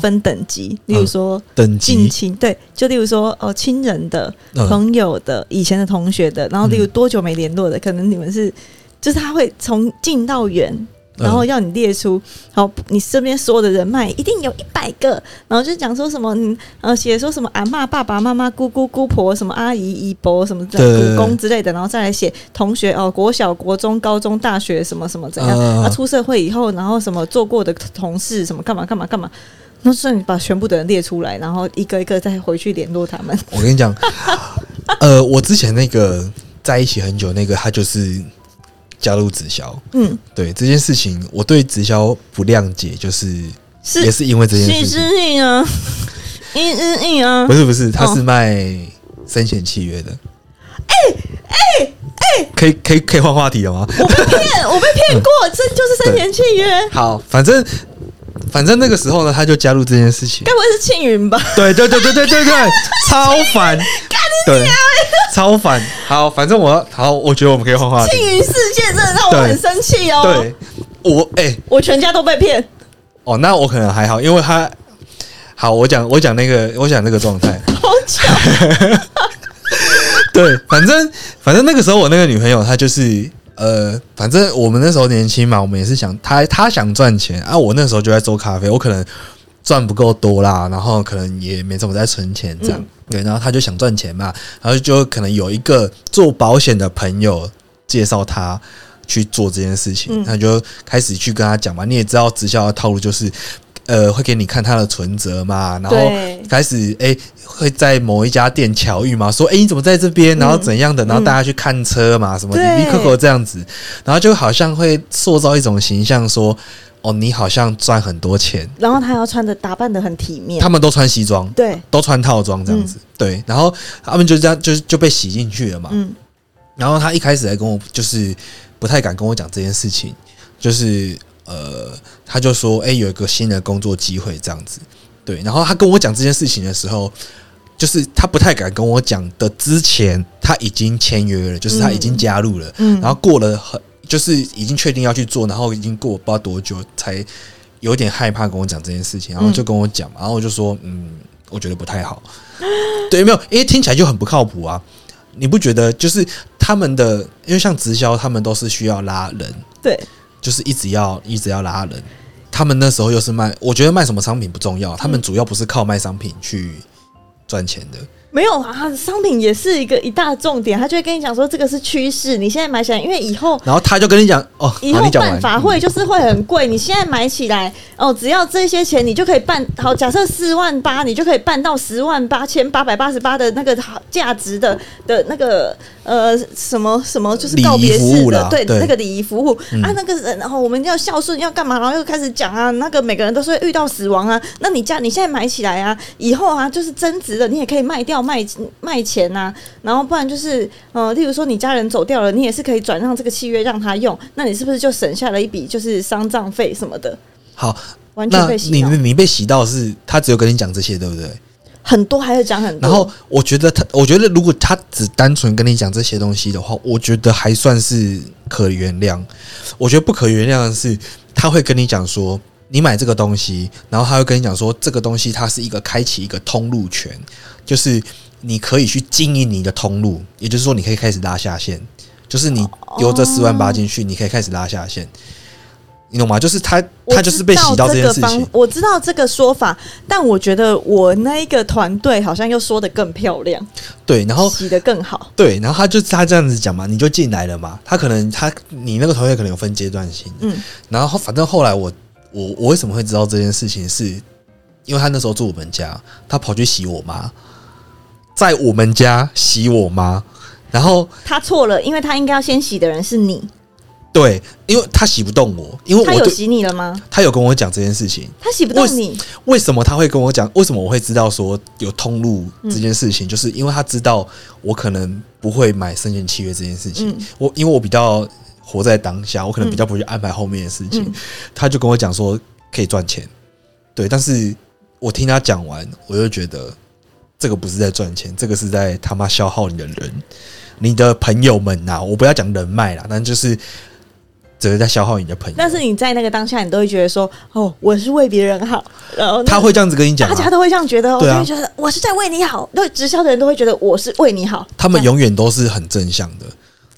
分等级，例如说等近级亲，对，就例如说哦，亲人的、嗯朋友的、以前的同学的，然后例如嗯多久没联络的，可能你们是，就是他会从近到远，然后要你列出，好，你身边所有的人脉一定有一百个，然后就讲说什么，嗯，呃，写说什么阿嬷、爸爸妈妈、姑姑、姑婆、什么阿姨、姨伯、什么这对对对姑公之类的，然后再来写同学哦，国小、国中、高中、大学什么什么怎样，嗯啊，出社会以后，然后什么做过的同事，什么干嘛干嘛干嘛。那所以你把全部的人列出来，然后一个一个再回去联络他们。我跟你 讲，呃，我之前那个在一起很久那个，他就是加入直销。嗯，对这件事情，我对直销不谅解，就是是也是嗯因为这件许事情。之印 啊，印印印啊不，是不是，他是卖生前契约的。哎哎哎，可以可以可以换话题了吗？我被骗，我被骗 过，这就是生前契约，好，反正反正那个时候呢，他就加入这件事情该。不会是庆云吧？对对对对对对对，超烦，对，超烦。好，反正我好，我觉得我们可以换话题。庆云事件真的让我很生气哦。对，我哎、我全家都被骗，哦，那我可能还好，因为他好，我讲我讲那个我讲那个状 态。好巧。对，反正反正那个时候我那个女朋友她就是呃，反正我们那时候年轻嘛，我们也是想她她想赚钱啊，我那时候就在做咖啡，我可能赚不够多啦，然后可能也没怎么在存钱这嗯样，对，然后她就想赚钱嘛，然后就可能有一个做保险的朋友介绍她。去做这件事嗯情，她就开始去跟她讲嘛。你也知道直销的套路就是，呃，会给你看她的存折嘛，然后对开始哎、会在某一家店巧遇嘛，说哎、你怎么在这边，然后怎样的，然后大家去看车嘛，什么嗯对 v c o 这样子，然后就好像会塑造一种形象说，哦你好像赚很多钱，然后他要穿的打扮的很体面他，们都穿西装，对，都穿套装这样子，对，然后他们就这样就就被洗进去了嘛，嗯，然后他一开始还跟我就是不太敢跟我讲这件事情，就是呃，他就说，哎、有一个新的工作机会这样子，对。然后他跟我讲这件事情的时候，就是他不太敢跟我讲的之前，他已经签约了，就是他已经加入了，嗯然后过了很就是已经确定要去做，然后已经过不知道多久才有点害怕跟我讲这件事情，然后就跟我讲，然后我就说，嗯，我觉得不太好。 对，没有，因为听起来就很不靠谱啊。你不觉得就是他们的，因为像直销，他们都是需要拉人，对，就是一直要一直要拉人。他们那时候又是卖，我觉得卖什么商品不重要，他嗯们主要不是靠卖商品去赚钱的。没有啊，商品也是一个一大重点，他就会跟你讲说这个是趋势，你现在买起来，因为以后。然后他就跟你讲，哦，以好后你讲办完嗯法会就是会很贵，你现在买起来哦，只要这些钱，你就可以办好。假设四万八，你就可以办到十万八千八百八十八的那个好价值的的那个呃什么什么，就是礼仪告别服式务的啦，对对嗯那个礼仪服务啊，那个人，然后我们要孝顺，要干嘛，然后又开始讲啊，那个每个人都是会遇到死亡啊，那你家你现在买起来啊，以后啊就是增值的，你也可以卖掉卖卖钱啊，然后不然就是呃，例如说你家人走掉了，你也是可以转让这个契约让他用，那你是不是就省下了一笔就是丧葬费什么的？好，完全那被洗你脑，你被洗到是他只有跟你讲这些，对不对？很多还是讲很多，然后我觉得他，我觉得如果他只单纯跟你讲这些东西的话，我觉得还算是可原谅。我觉得不可原谅的是，他会跟你讲说，你买这个东西，然后他会跟你讲说，这个东西它是一个开启一个通路权，就是你可以去经营你的通路，也就是说，你可以开始拉下线，就是你丢这四万八进去，你可以开始拉下线，你懂吗？就是他，我他就是被洗到这件事知道这个情方。我知道这个说法，但我觉得我那一个团队好像又说的更漂亮，对，然后洗的更好。对，然后他就他这样子讲嘛，你就进来了嘛。他可能他你那个同学可能有分阶段性，嗯然后反正后来我我我为什么会知道这件事情是，因为他那时候住我们家，他跑去洗我妈，在我们家洗我妈，然后他错了，因为他应该要先洗的人是你。对，因为他洗不动我，因为他我有对洗你了吗？他有跟我讲这件事情，他洗不我动你，为什么他会跟我讲？为什么我会知道说有通路嗯这件事情？就是因为他知道我可能不会买生前契约这件事情。嗯我因为我比较活在当下，我可能比较不会去安排后面的事情。嗯他就跟我讲说可以赚钱，对。但是我听他讲完，我就觉得这个不是在赚钱，这个是在他妈啊消耗你的人，你的朋友们呐、我不要讲人脉啦，但就是只是在消耗你的朋友。但是你在那个当下，你都会觉得说，哦，我是为别人好，然后那他会这样子跟你讲、大家啊，都会这样觉得，哦我就对啊会觉得我是在为你好。对，直销的人都会觉得我是为你好，他们这样永远都是很正向的。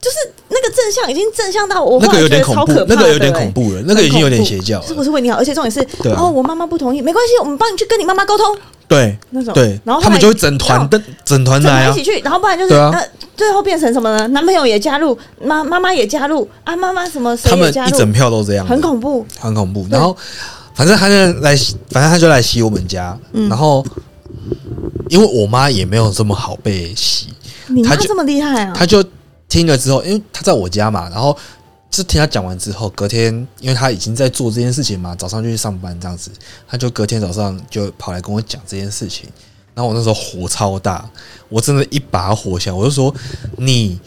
就是那个正向已经正向到我那后来个有点觉得恐超怖可，怕那的个有点欸恐怖了，那个已经有点邪教是我了。是为你好，而且重点是，对啊哦，我妈妈不同意，没关系，我们帮你去跟你妈妈沟通对那种。对，哦然后他们就会会整团的整团来一啊起。去，然后不然就是、对啊呃，最后变成什么呢？男朋友也加入，妈妈妈也加入啊，妈妈什么谁他也们加一入，整票都这样的，很恐怖。很恐怖。然后反正他就来，反正他就来洗我们家。嗯然后因为我妈也没有这么好被洗，你妈他就这么厉害啊？她就听了之后，因为她在我家嘛，然后就听她讲完之后，隔天因为她已经在做这件事情嘛，早上就去上班这样子，她就隔天早上就跑来跟我讲这件事情。然后我那时候火超大，我真的一把火起来，我就说你。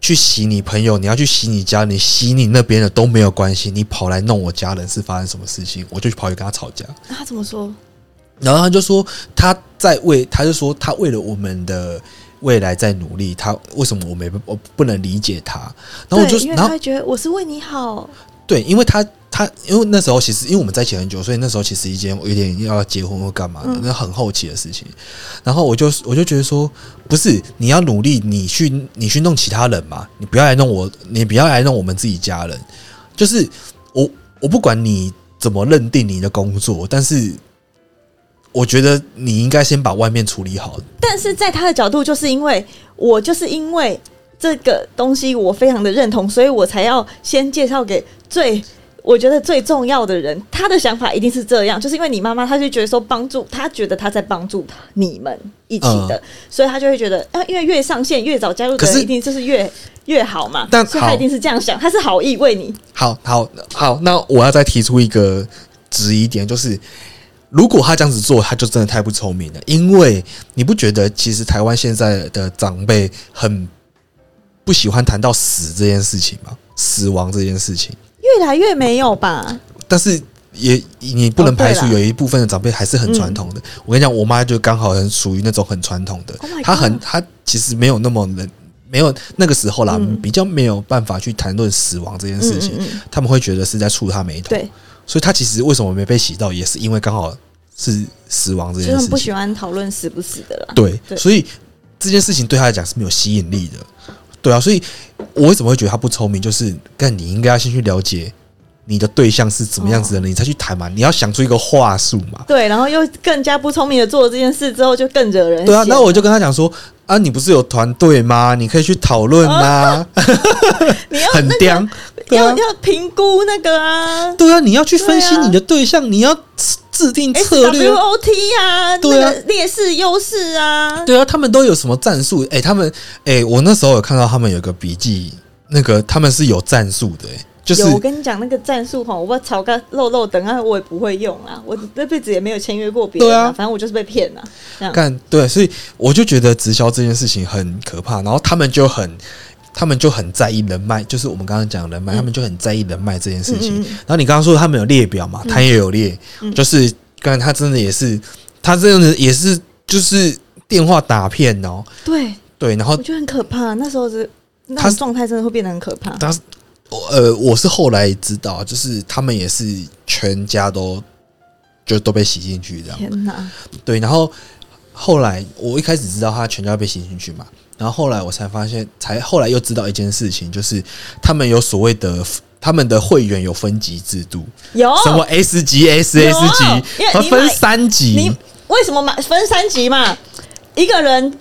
去洗你朋友，你要去洗你家，你洗你那边的都没有关系，你跑来弄我家人是发生什么事情，我就去跑去跟他吵架。她怎么说？然后他就说他在为，他就说他为了我们的未来在努力，他为什么我没我不能理解他？然后我就对，因为然她后会觉得我是为你好，对，因为他他因为那时候其实因为我们在一起很久，所以那时候其实已经有点要结婚或干嘛的，那很后期的事情。然后我就我就觉得说，不是你要努力，你去你去弄其他人嘛，你不要来弄我，你不要来弄我们自己家人。就是我我不管你怎么认定你的工作，但是我觉得你应该先把外面处理好。但是在她的角度，就是因为我就是因为这个东西我非常的认同，所以我才要先介绍给最。我觉得最重要的人，她的想法一定是这样，就是因为你妈妈，她就觉得说帮助，她觉得她在帮助你们一起的，所以她就会觉得，啊，因为越上线越早加入的嗯可人，是一定就是越越好嘛，但所以她好一定是这样想，她是好意为你，好好好，那我要再提出一个质疑点，就是如果他这样子做，他就真的太不聪明了。因为你不觉得其实台湾现在的长辈很不喜欢谈到死这件事情吗？死亡这件事情，越来越没有吧？但是也你不能哦对排啦除有一部分的长辈还是很传统的。我跟你讲，我妈就刚好很属于那种很传统的 Oh my，她很 God 她其实没有那么能。没有那个时候啦，嗯比较没有办法去谈论死亡这件事情，嗯嗯嗯他们会觉得是在触他眉头。对，所以他其实为什么没被洗到，也是因为刚好是死亡这就是件很事不喜情。欢讨论死不死的啦。对，对所以这件事情对他来讲是没有吸引力的。对啊，所以我为什么会觉得他不聪明？就是，但你应该要先去了解你的对象是怎么样哦子的人，你才去谈嘛。你要想出一个话术嘛。对，然后又更加不聪明的做了这件事之后，就更惹人对啊，嫌那我就跟他讲说啊，你不是有团队吗？你可以去讨论啊，哦 你要很那刁。对要啊，要评估那个啊对啊，你要去分析对啊你的对象，你要制制定策略啊。 ，SWOT 啊，对啊那个劣势优势啊，对啊，他们都有什么战术？哎、他们哎、我那时候有看到他们有个笔记，那个他们是有战术的、哎，就是有我跟你讲那个战术哈，我不炒个肉肉等啊，我也不会用啊，我这辈子也没有签约过别人、对啊反正我就是被骗了、啊，这样干对，所以我就觉得直销这件事情很可怕，然后他们就很。他们就很在意人脉，就是我们刚刚讲的人脉，他们就很在意人脉这件事情。嗯嗯嗯嗯然后你刚刚说他们有列表嘛，他也有列，就是刚才他真的也是，他真的也是就是电话打骗哦，对，对，然后我觉得很可怕，那时候是那哦他种状态真的会变得很可怕，但是，我呃，我是后来知道，就是他们也是全家都就都被洗进去这样。天哪，对，然后后来我一开始知道他全家被洗进去嘛，然后后来我才发现，才后来又知道一件事情，就是他们有所谓的。他们的会员有分级制度，有什么 S 级、S 哦有 S 级因为，它你分买三级你。为什么买分三级嘛？一个人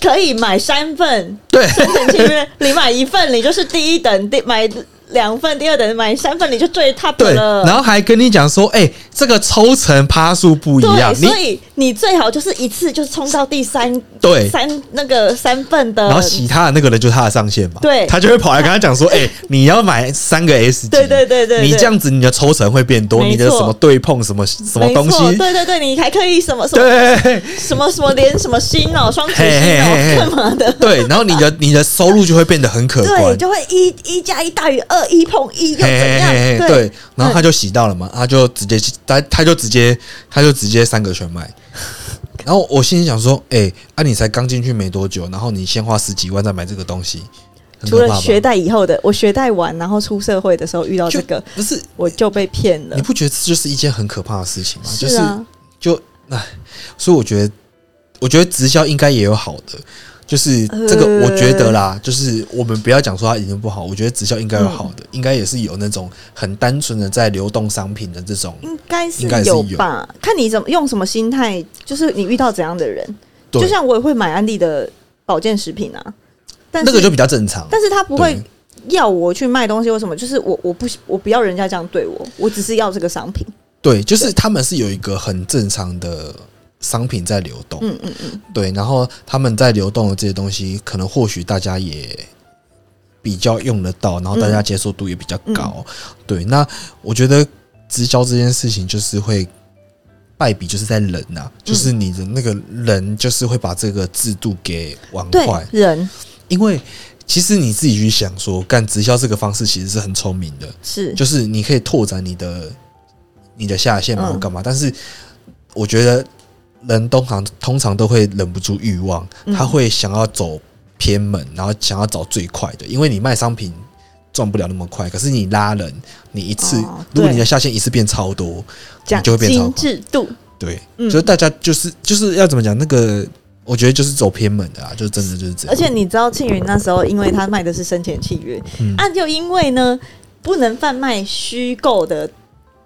可以买三份，对， 很契约，你买一份你就是第一等，第买两份第二等，买三份你就最 top 对，了。然后还跟你讲说，哎、这个抽成趴数不一样，对，你所以你最好就是一次就冲到第三对三那个三份的，然后洗他的那个人就是他的上线嘛，对他就会跑来跟他讲说：“哎、 你要买三个 S 级，对对对对对你这样子你的抽成会变多，没错你的什么对碰什么什么没东错西，对对对，你还可以什么什么对什么什么连什么星哦，双子星嘿嘿嘿哦，嘿干嘛的？对，然后你的你的收入就会变得很 可对，观，就会一一加一大于二，一碰一又嘿怎样？嘿嘿嘿对，然后他就洗到了嘛，他就直接他他就直接他就直接三个全卖。然后我心里想说，哎、啊，你才刚进去没多久，然后你先花十几万再买这个东西，很除可了怕吧？学贷以后的，我学贷完，然后出社会的时候遇到这个，不是，我就被骗了你。不觉得这就是一件很可怕的事情吗？就是啊，就唉，所以我觉得，我觉得直销应该也有好的，就是这个呃我觉得啦，就是我们不要讲说它一定不好，我觉得直销应该有嗯好的，应该也是有那种很单纯的在流动商品的这种，应该是应该是有有吧？看你怎么用什么心态，就是你遇到怎样的人。对就，像我也会买安利的保健食品啊，但是那个就比较正常。但是他不会对要我去卖东西，为什么？就是我我不我不要人家这样对我，我只是要这个商品。对，就是他们是有一个很正常的商品在流动，嗯嗯嗯，对，然后他们在流动的这些东西，可能或许大家也比较用得到，然后大家接受度也比较嗯高。对，那我觉得直销这件事情就是会败笔，就是在人呐、嗯就是你的那个人，就是会把这个制度给玩对坏，，人因为。其实你自己去想说，干直销这个方式其实是很聪明的，是就是你可以拓展你的你的下线嘛，嗯或干嘛？但是我觉得人通常通常都会忍不住欲望，嗯他会想要走偏门，然后想要找最快的，因为你卖商品赚不了那么快，可是你拉人，你一次、哦如果对你的下线一次变超多，讲你就会变超精快致度，对，嗯所以大家就是就是要怎么讲那个。我觉得就是走偏门的啊，就真的就是这样。而且你知道庆云那时候，因为他卖的是生前契约，嗯啊，就因为呢不能贩卖虚构的。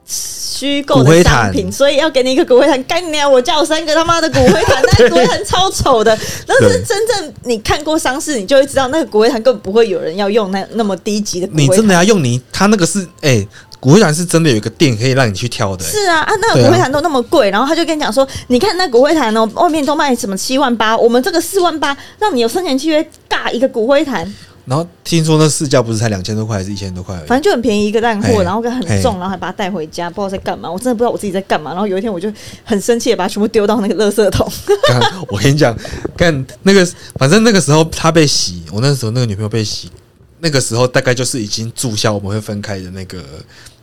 虚构骨的灰商坛品，所以要给你一个骨灰坛。干你娘！我叫我三个他妈的骨灰 坛，那个骨灰坛超丑的。然后是真正你看过丧事，你就会知道那个骨灰坛根本不会有人要用那那么低级的骨你灰真坛。的要用你，他那个是哎、骨灰坛是真的有一个店可以让你去挑的、欸是啊，啊，那个对啊骨灰坛都那么贵，然后他就跟你讲说，你看那骨灰坛哦，外面都卖什么七万八，我们这个四万八，让你有生前契约尬一个骨灰坛。然后听说那市价不是才两千多块，还是一千多块而已？反正就很便宜一个烂货，嘿然后跟很重，嘿然后还把它带回家，不知道在干嘛。我真的不知道我自己在干嘛。然后有一天我就很生气，把它全部丢到那个 垃圾桶。干 我跟你讲，干那个，反正那个时候他被洗，我那时候那个女朋友被洗，那个时候大概就是已经注销我们会分开的那个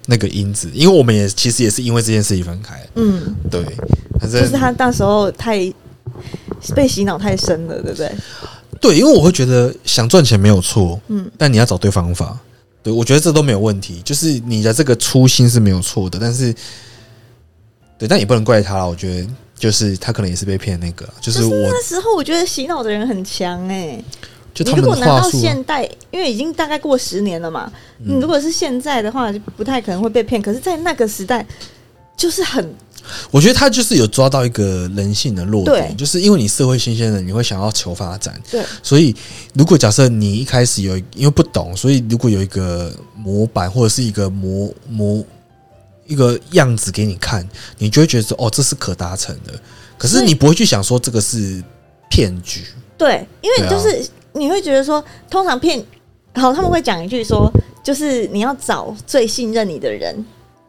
那个因子，因为我们也其实也是因为这件事情分开，嗯，对，反就正是他那时候太被洗脑太深了，对不对？对，因为我会觉得想赚钱没有错，嗯嗯，但你要找对方法，对我觉得这都没有问题，就是你的这个初心是没有错的，但是，对，但也不能怪他了，我觉得就是他可能也是被骗那个，就是我那时候我觉得洗脑的人很强哎、就你他如们果的拿话到术啊。嗯现代，因为已经大概过十年了嘛，你如果是现在的话，就不太可能会被骗。可是，在那个时代，就是很我觉得他就是有抓到一个人性的弱对点，就是因为你社会新鲜人，你会想要求发展，对，所以如果假设你一开始有一因为不懂，所以如果有一个模板或者是一个模模一个样子给你看，你就会觉得说哦，这是可达成的，可是所以你不会去想说这个是骗局，对，因为对啊就是你会觉得啊说，通常骗好，他们会讲一句说，就是你要找最信任你的人，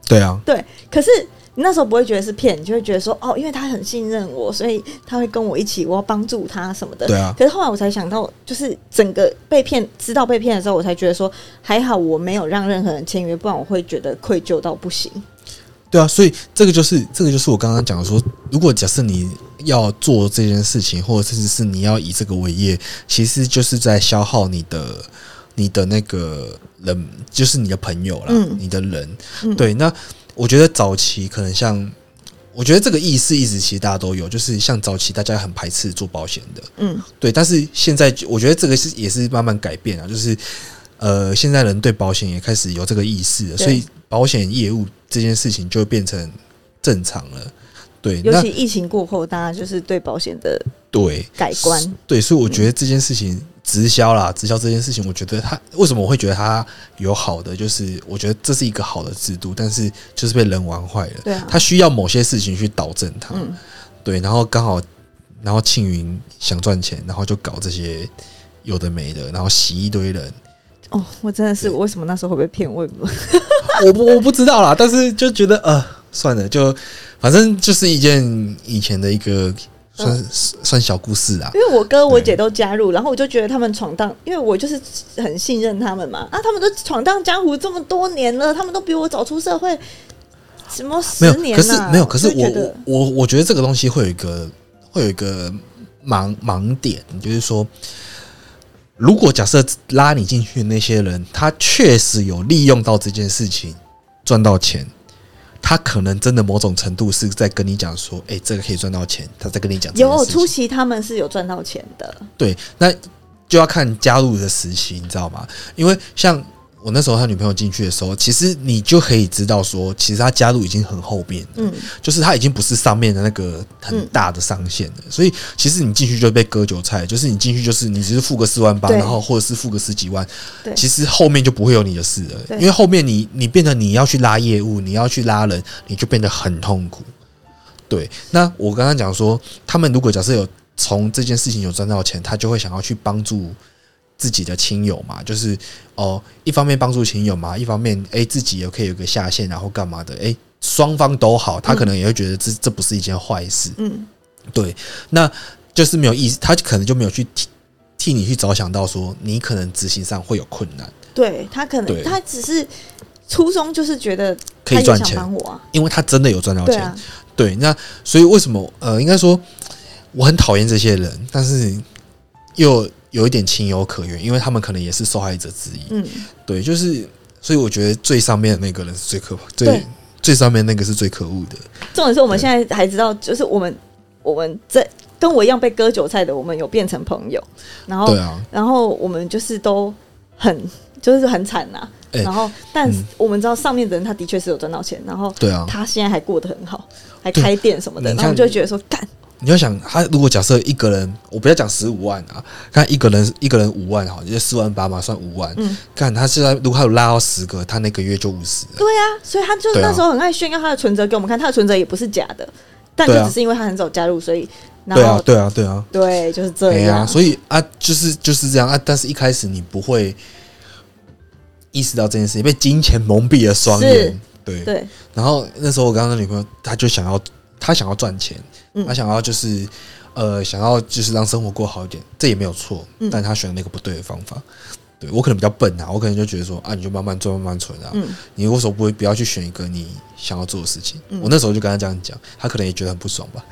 对啊，对。可是你那时候不会觉得是骗，你就会觉得说，哦，因为他很信任我，所以他会跟我一起，我要帮助他什么的。对啊可是后来我才想到，就是整个被骗，知道被骗的时候，我才觉得说，还好我没有让任何人签约，不然我会觉得愧疚到不行。对啊，所以这个就是这个就是我刚刚讲的说，如果假设你要做这件事情，或者甚至是你要以这个为业，其实就是在消耗你的你的那个人，就是你的朋友啦，嗯你的人。嗯对，那我觉得早期可能像，我觉得这个意识一直其实大家都有，就是像早期大家很排斥做保险的，嗯，对，但是现在我觉得这个是也是慢慢改变啊，就是呃，现在人对保险也开始有这个意识了，对所以保险业务这件事情就变成正常了。对，尤那其疫情过后，大家就是对保险的对改观。对，所以我觉得这件事情直销啦，直销这件事情，我觉得它为什么我会觉得它有好的，就是我觉得这是一个好的制度，但是就是被人玩坏了。对啊它需要某些事情去导正它。嗯对，然后刚好，然后庆云想赚钱，然后就搞这些有的没的，然后洗一堆人。哦，我真的是，我为什么那时候会被骗？我也不我不我不知道啦，但是就觉得呃，算了，就反正就是一件以前的一个算、嗯算小故事啦。 因为我哥我姐都加入，然后我就觉得他们闯荡，因为我就是很信任他们嘛。啊，他们都闯荡江湖这么多年了，他们都比我早出社会，什么没十有，年、啊、可是没有，可是就觉我得我我我觉得这个东西会有一个会有一个盲盲点，就是说，如果假设拉你进去的那些人，他确实有利用到这件事情赚到钱，他可能真的某种程度是在跟你讲说，哎、这个可以赚到钱，他在跟你讲这件有事情出席，他们是有赚到钱的。对，那就要看加入的时期，你知道吗？因为像我那时候他女朋友进去的时候，其实你就可以知道说，其实他加入已经很后面，嗯，就是他已经不是上面的那个嗯很大的上限了。所以其实你进去就被割韭菜，就是你进去就是你只是付个四万八，对然后或者是付个十几万对，其实后面就不会有你的事了，对因为后面你你变得你要去拉业务，你要去拉人，你就变得很痛苦。对，那我刚刚讲说，他们如果假设有从这件事情有赚到钱，他就会想要去帮助自己的亲友嘛，就是哦、一方面帮助亲友嘛，一方面诶自己也可以有个下线，然后干嘛的，诶，双方都好，他可能也会觉得这、这不是一件坏事，嗯，对，那就是没有意思，他可能就没有去替替你去着想到说你可能执行上会有困难，对他可对能他只是初衷就是觉得可他以也赚想钱，帮我啊，因为他真的有赚到对钱，啊，对，那所以为什么呃，应该说我很讨厌这些人，但是又有一点情有可原，因为他们可能也是受害者之一。嗯，对，就是所以我觉得最上面的那个人是最可怕，最对最上面那个是最可恶的。重点是我们现在还知道，就是我们我们这跟我一样被割韭菜的，我们有变成朋友，然后对啊，然后我们就是都很就是很惨呐、哎然后但嗯我们知道上面的人他的确是有赚到钱，然后对啊。他现在还过得很好，还对啊开店什么的，然你看后我们就会觉得说干，你要想，他如果假设一个人，我不要讲十五万啊，看一个人一个人五万哈，就四万八嘛，算五万。嗯看他现在如果他有拉到十个，他那个月就五十。对啊，所以他就是对啊那时候很爱炫耀他的存折给我们看，他的存折也不是假的，但就对啊只是因为他很早加入，所以然对后啊，对啊，对啊。对就是这哎呀、样，所以啊，就是就是这样啊。但是一开始你不会意识到这件事情，被金钱蒙蔽了双眼是。对，对然后那时候我刚刚的女朋友，她就想要，她想要赚钱，嗯她想要就是呃，想要就是让生活过好一点，这也没有错，嗯但她选了那个不对的方法。对我可能比较笨啊，我可能就觉得说啊，你就慢慢赚，慢慢存啊，嗯你为什么不会不要去选一个你想要做的事情？嗯我那时候就跟她这样讲，她可能也觉得很不爽吧。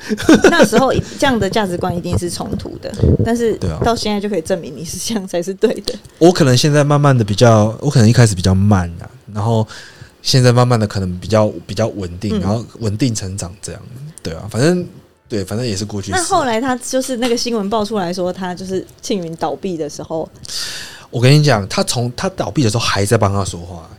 那时候这样的价值观一定是冲突的，但是对啊到现在就可以证明你是这样才是对的。我可能现在慢慢的比较，我可能一开始比较慢啊，然后现在慢慢的可能比较比较稳嗯定，然后稳定成长这样，对啊，反正对，反正也是啊过去式。那后来他就是那个新闻爆出来说，他就是庆云倒闭的时候，我跟你讲，他从他倒闭的时候还在帮他说话，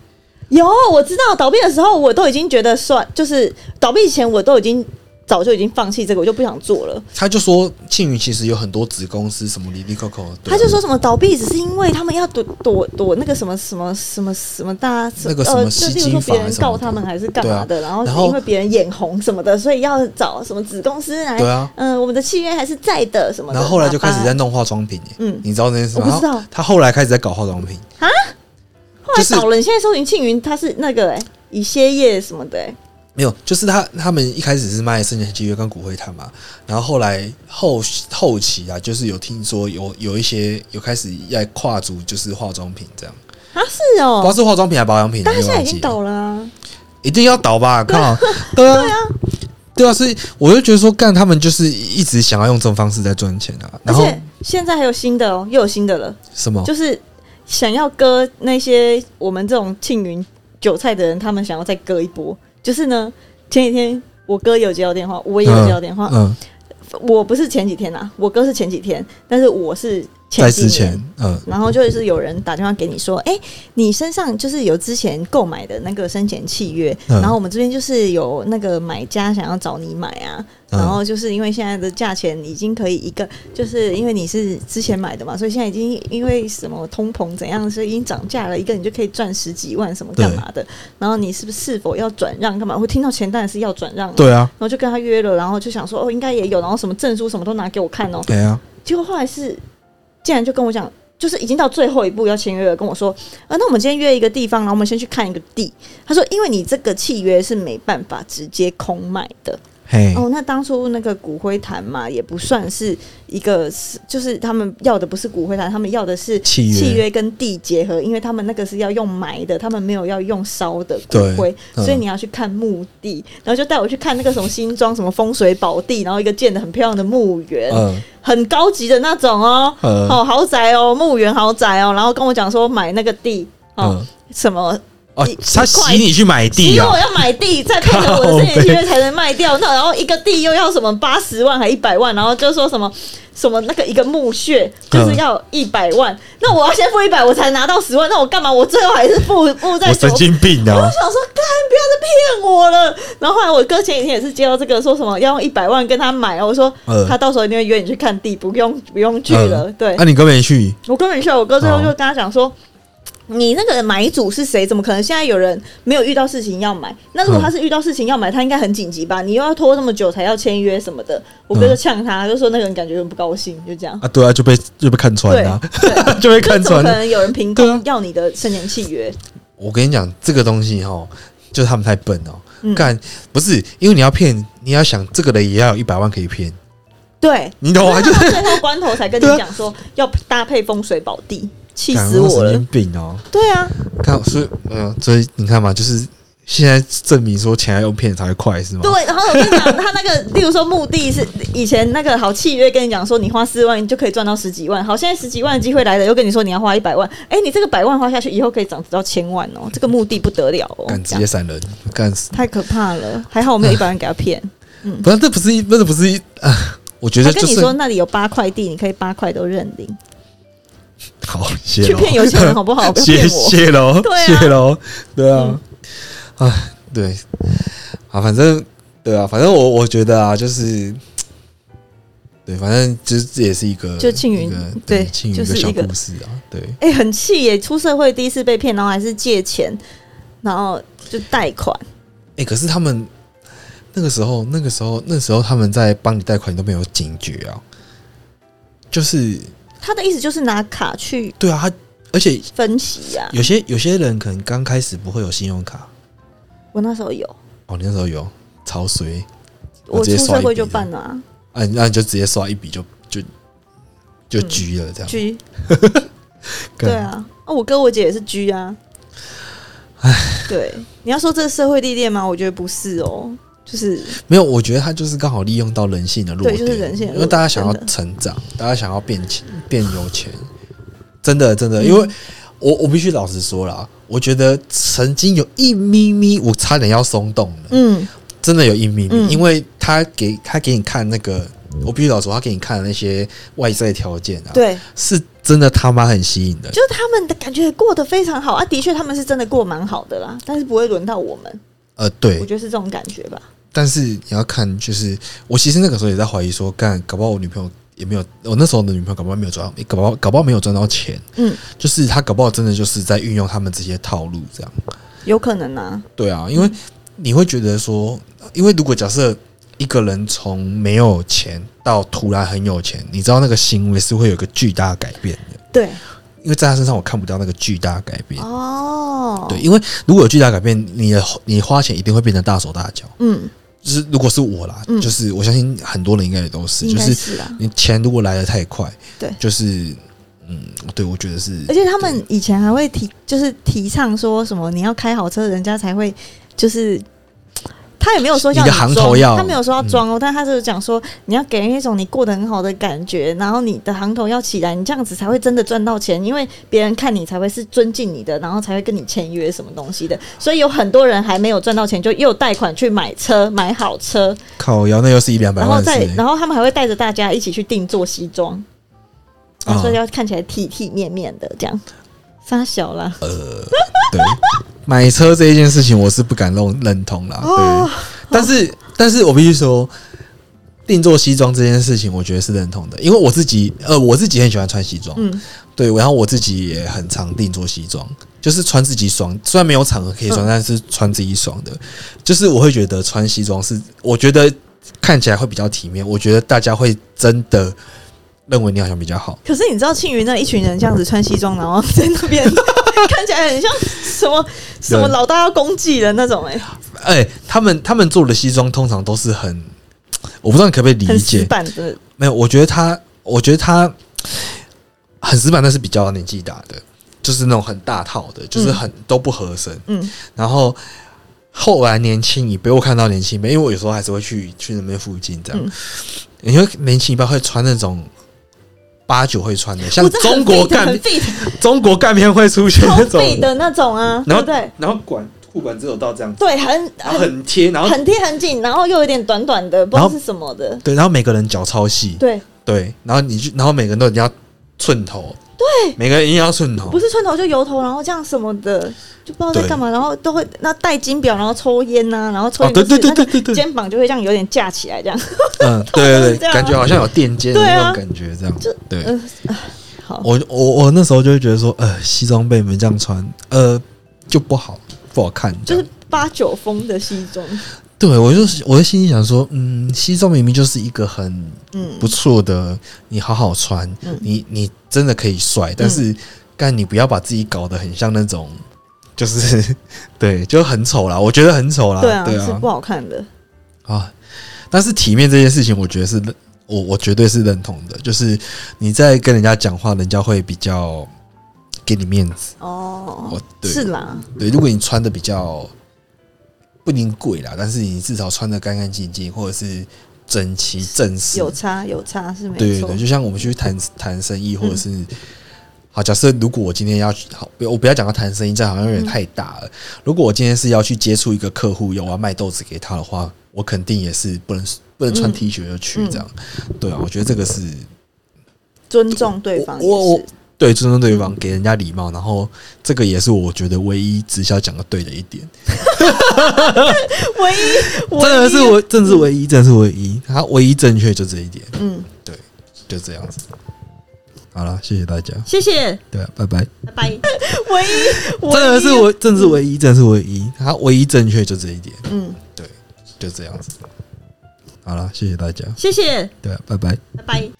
有我知道倒闭的时候，我都已经觉得算，就是倒闭前我都已经早就已经放弃这个，我就不想做了。他就说庆云其实有很多子公司什么里里扣扣，对啊他就说什么倒闭只是因为他们要躲躲躲那个什么什么什么什么大那个什么呃，就吸例金如说法别人什么告的他们还是干嘛的，然后然是后因为别人眼红什么的，所以要找什么子公司来，对啊，嗯、我们的契约还是在的什么的。啊然后后来就开始在叭叭弄化妆品、欸，嗯你知道这件事吗？我不知道然后他后来开始在搞化妆品，后就来是倒了，你现在搜寻庆云，他是那个哎、以歇业什么的、哎没有，就是他他们一开始是卖生前契约跟骨灰坛嘛，然后后来后后期啊，就是有听说有有一些有开始要跨足，就是化妆品这样，啊是哦、不知道是化妆品还是保养品，但是我现也在忘已记经了，倒了、啊，一定要倒吧？靠，对啊，对啊，所以我就觉得说，干他们就是一直想要用这种方式在赚钱啊，而然后且现在还有新的哦，又有新的了，什么？就是想要割那些我们这种庆云韭菜的人，他们想要再割一波。就是呢，前几天我哥有接到电话，我也有接到电话，嗯，我不是前几天啊，我哥是前几天，但是我是前在几之年前。，嗯，然后就是有人打电话给你说，哎、你身上就是有之前购买的那个生前契约，嗯然后我们这边就是有那个买家想要找你买啊，嗯然后就是因为现在的价钱已经可以一个，就是因为你是之前买的嘛，所以现在已经因为什么通膨怎样，所以已经涨价了，一个你就可以赚十几万什么干嘛的，然后你是不是是否要转让干嘛？我听到钱当然是要转让、啊，对啊，然后就跟他约了，然后就想说哦，应该也有，然后什么证书什么都拿给我看哦，对啊，结果后来是，竟然就跟我讲，就是已经到最后一步要签约了，跟我说，啊，那我们今天约一个地方，然后我们先去看一个地。他说，因为你这个契约是没办法直接空卖的，嘿，哦，那当初那个骨灰坛嘛，也不算是一个，是就是他们要的不是骨灰坛，他们要的是契约契约跟地结合，因为他们那个是要用埋的，他们没有要用烧的骨对灰，嗯所以你要去看墓地，然后就带我去看那个什么新庄什么风水宝地，然后一个建的很漂亮的墓园，嗯很高级的那种哦，嗯哦豪宅哦，墓园豪宅哦，然后跟我讲说买那个地哦、嗯，什么哦一，他洗你去买因地为啊我？要买地，再配合我的这些契约才能卖掉。那然后一个地又要什么八十万还一百万，然后就说什么什么那个一个墓穴嗯就是要一百万，那我要先付一百，我才拿到十万，那我干嘛？我最后还是付付在我神手经病我啊！想说，干，不要再骗我了。然后后来我哥前几天也是接到这个，说什么要用一百万跟他买，我说、嗯他到时候一定会约你去看地，不用不用去了。嗯对，那你根本没去，我根本笑，我哥最后哦就跟他讲说。你那个买主是谁？怎么可能现在有人没有遇到事情要买？那嗯如果他是遇到事情要买，他应该很紧急吧？你又要拖那么久才要签约什么的，我嗯哥就呛他，就说那个人感觉很不高兴，就这样。啊，对啊，就被就被看穿对了、啊， 对，就被就看怎么穿可了。能有人凭对啊空要你的生前契约？我跟你讲，这个东西哈，就是他们太笨嗯哦。干、不是因为你要骗，你要想这个人也要有一百万可以骗，对，你懂吗？那哦就是他到最后关头才跟你对啊讲说要搭配风水宝地，气干死他我神了经！病哦！对啊，看，所以嗯，所以你看嘛，就是现在证明说钱要用骗才会快，是吗？对，然后我跟你讲，他那个， 例如说目的是以前那个好契约跟你讲说，你花四万你就可以赚到十几万，好，现在十几万的机会来了，又跟你说你要花一百万，哎、你这个百万花下去，以后可以涨值到千万哦，这个目的不得了哦，干这直样接闪人，干死！太可怕了，还好我没有一百万给他 骗，不是，这不是一，那不是一啊！我觉他得跟就你是说那里有八块地，你可以八块都认领，好，谢去咯骗有钱人好不好？ 不要谢骗我，谢喽， 对啊嗯谢喽，对啊，哎、对，啊，反正对啊，反正我我觉得啊，就是对，反正就是这也是一个就庆云一个对庆云一就是个一小个故事啊，对，哎、很气耶！出社会第一次被骗，然后还是借钱，然后就贷款。哎、可是他们那个时候，那个时候，那时候他们在帮你贷款，你都没有警觉啊，就是他的意思就是拿卡去对啊，他而且分析呀、有些有些人可能刚开始不会有信用卡，我那时候有，哦，你那时候有潮水，我直接出刷社一会笔就的办了啊啊，那你就直接刷一笔就就就嗯 G 了，这样。 ，G 干对，啊，啊我哥我姐也是 G 啊。对，你要说这是社会历练吗？我觉得不是哦，就是没有，我觉得他就是刚好利用到人性的弱点，对就是人性的弱点因为大家想要成长，大家想要变钱变有钱，真的真的，因嗯为我我必须老实说啦，我觉得曾经有一咪咪，我差点要松动了，嗯真的有一咪咪，嗯因为他给他给你看那个，我必须老实说，他给你看的那些外在条件啊，，呃对，是真的他妈很吸引人。就是他们的感觉过得非常好啊，的确他们是真的过蛮好的啦，但是不会轮到我们，呃，对我，觉得是这种感觉吧。但是你要看，就是我其实那个时候也在怀疑说，干，搞不好我女朋友也没有，我那时候的女朋友搞不好没有赚到，搞不好搞不好没有赚到钱，嗯，就是她搞不好真的就是在运用他们这些套路这样。有可能啊，对啊，因为你会觉得说，因为如果假设一个人从没有钱到突然很有钱，你知道那个行为是会有一个巨大的改变的，对因为在他身上我看不到那个巨大的改变。哦，对，因为如果有巨大的改变，你的你花钱一定会变得大手大脚。嗯，就是如果是我啦，嗯就是我相信很多人应该也都是，应就该是是啦。啊你钱如果来的太快，对就是嗯，对我觉得是而且他们以前还会提，就是提倡说什么你要开好车，人家才会就是。他也没有说叫你的装行头要嗯他没有说要装哦，但他就是讲说你要给人一种你过得很好的感觉，然后你的行头要起来，你这样子才会真的赚到钱，因为别人看你才会是尊敬你的，然后才会跟你签约什么东西的。所以有很多人还没有赚到钱，就又贷款去买车，买好车，靠腰，那又是一两百然后万的再事欸然后他们还会带着大家一起去定做西装，然啊后所以要看起来体体面面的这样，傻小啦。啊对，买车这一件事情我是不敢认认同啦，哦对， 但是但是我必须说。定做西装这件事情，我觉得是认同的，因为我自己，呃，我自己很喜欢穿西装，嗯对，然后我自己也很常定做西装，就是穿自己爽，虽然没有场合可以嗯穿，但是穿自己爽的。就是我会觉得穿西装是，我觉得看起来会比较体面，我觉得大家会真的认为你好像比较好。可是你知道庆云那一群人这样子穿西装，然后在那边 看起来很像什么什么老大要攻击人那种哎、哎、他们他们做的西装通常都是很我不知道你可不可以理很死解。板的，没有，我觉得他，我觉得他很死板，但是比较年纪大的，就是那种很大套的，就是很、都不合身。嗯，然后后来年轻一辈，我看到年轻一辈，因为我有时候还是会去去那边附近这样，嗯你会年轻一辈会穿那种。八九会穿的，像我真的很中国 fit，干很 fit 中国干片会出现超那种， fit 的那种啊，对然不后对？然后管裤管只有到这样，对，很然后很很贴，然后很贴很紧，然后又有点短短的，不知然道后是什么的，对，然后每个人脚超细，对，对，然后你就然后每个人都一定要寸头，对，每个人一定要寸头不，是寸头就油头，然后这样什么的，就不知道在对干嘛，然后都会那戴金表，然后抽烟呐、然后抽哦，烟、对就是对对那个对对对，肩膀就会这样有点架起来，这样 嗯，对都对是这对，样啊感觉好像有垫肩的对那啊种感觉，这样就，对，嗯、啊好，我我我那时候就会觉得说，呃，西装被你们这样穿，呃，就不好不好看，这就样是八九风的西装，对我就是我就心里想说，嗯，西装明明就是一个很嗯，不错的，你好好穿，嗯你你真的可以帅，但是干、你不要把自己搞得很像那种，就是 对，就很丑啦，我觉得很丑啦，对对啊，是啊不好看的，啊，但是体面这件事情，我觉得是认我我绝对是认同的，就是你在跟人家讲话，人家会比较给你面子，哦我，对是啦，对，如果你穿的比较不一定贵啦，但是你至少穿的干干净净，或者是整齐正式，有差有差是没对对错嗯对，，就像我们去谈谈生意，或者是、好，假设如果我今天要去好，我不要讲到谈生意，这样好像有点太大嗯了。如果我今天是要去接触一个客户，有我要卖豆子给他的话，我肯定也是不能不能穿嗯 T 恤就去这样。对啊，我觉得这个是尊重对方也我我是我。对尊重对方，给人家礼貌，然后这个也是我觉得唯一直销讲的对的一点。唯一，嗯真的唯一是我，真的是唯一，真的是唯一，他唯一正确就这一点，嗯，就这样子。好了，谢谢大家，谢谢，对啊，拜拜。拜拜。唯一，真的是唯一，我，真的是唯一，真的是唯一，他唯一正确就这一点，嗯，对，就这样子。好了，谢谢大家，谢谢，对啊，拜拜。拜拜。